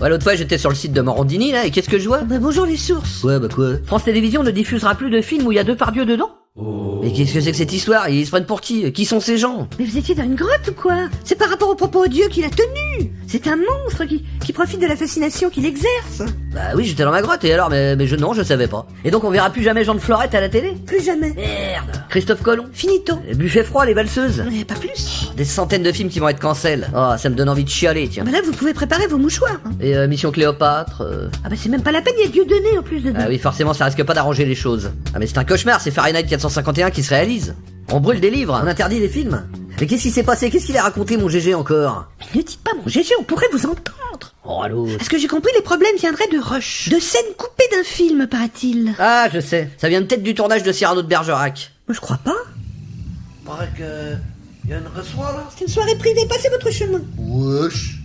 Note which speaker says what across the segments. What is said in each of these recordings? Speaker 1: Ouais, L'autre fois, j'étais sur le site de Morandini, là, et qu'est-ce que je vois
Speaker 2: Bah bonjour les sources
Speaker 1: Ouais, bah quoi
Speaker 2: France Télévisions ne diffusera plus de films où il y a deux pardieux dedans
Speaker 1: Oh. Mais qu'est-ce que c'est que cette histoire Ils se prennent pour qui Qui sont ces gens
Speaker 2: Mais vous étiez dans une grotte ou quoi C'est par rapport aux propos odieux qu'il a tenus C'est un monstre qui, qui profite de la fascination qu'il exerce
Speaker 1: Bah oui, j'étais dans ma grotte, et alors Mais, mais je non, je savais pas. Et donc, on verra plus jamais Jean de Florette à la télé
Speaker 2: Plus jamais
Speaker 1: Merde Christophe Colomb
Speaker 2: Finito
Speaker 1: Le Buffet froid, les valseuses
Speaker 2: Mais pas plus
Speaker 1: Des centaines de films qui vont être cancel. Oh, ça me donne envie de chialer, tiens.
Speaker 2: Bah là vous pouvez préparer vos mouchoirs hein.
Speaker 1: Et euh, Mission Cléopâtre euh,
Speaker 2: Ah bah c'est même pas la peine, il y a Dieu donné en plus dedans
Speaker 1: Ah oui, forcément, ça risque pas d'arranger les choses. Ah mais c'est un cauchemar, c'est Fahrenheit 451 qui se réalise. On brûle des livres, on interdit les films. Mais qu'est-ce qui s'est passé Qu'est-ce qu'il a raconté, mon GG, encore
Speaker 2: Mais ne dites pas mon GG, on pourrait vous entendre
Speaker 1: Oh, allô
Speaker 2: Parce que j'ai compris, les problèmes viendraient de Rush. De scènes coupées d'un film, paraît-il. Moi,
Speaker 1: Ah, je sais. Ça vient peut-être du tournage de Cyrano de Bergerac.
Speaker 2: je crois pas.
Speaker 3: Paraît que. y a une reçoit là
Speaker 2: C'est une soirée privée, passez votre chemin.
Speaker 3: Wesh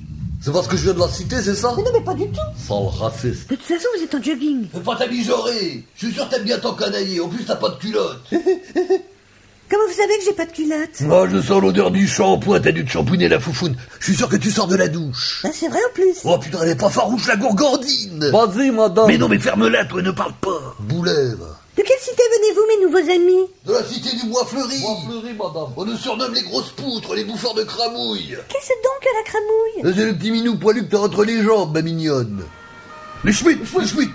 Speaker 3: C'est parce que je viens de la cité, c'est ça
Speaker 2: Mais non, mais pas du tout.
Speaker 3: Sale raciste
Speaker 2: De toute façon, vous êtes en jogging.
Speaker 3: Fais pas ta mijaurée Je suis sûr que t'aimes bien ton canailler, en plus t'as pas de culotte
Speaker 2: Comment vous savez que j'ai pas de culotte
Speaker 1: Hmm.
Speaker 3: Moi Ah, je sens l'odeur du shampoing, t'as dû te shampooiner la foufoune Je suis sûr que tu sors de la douche
Speaker 2: Bah c'est vrai en plus.
Speaker 3: Oh putain, elle est pas farouche la gourgandine
Speaker 1: Vas-y, madame
Speaker 3: Mais non, mais ferme-la, toi, ne parle pas Boulet, va.
Speaker 2: De quelle cité venez-vous, mes nouveaux amis
Speaker 3: De la cité du bois fleuri Bois fleuri, madame On nous surnomme les grosses poutres, les bouffeurs de cramouille
Speaker 2: Qu'est-ce donc que la cramouille
Speaker 3: C'est le petit minou poilu que t'as entre les jambes, ma mignonne. Les schmitts, les schmitts.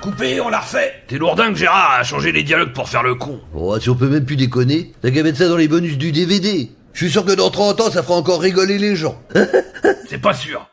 Speaker 4: Coupé, on la refait T'es lourdingue, Gérard, à changer les dialogues pour faire le con.
Speaker 3: Oh, si on peut même plus déconner, t'as qu'à mettre ça dans les bonus du DVD. Je suis sûr que dans 30 ans, ça fera encore rigoler les gens.
Speaker 4: C'est pas sûr.